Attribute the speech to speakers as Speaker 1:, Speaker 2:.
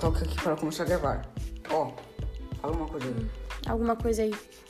Speaker 1: toca aqui para começar a gravar. Ó, fala uma coisa aí.
Speaker 2: Alguma coisa aí.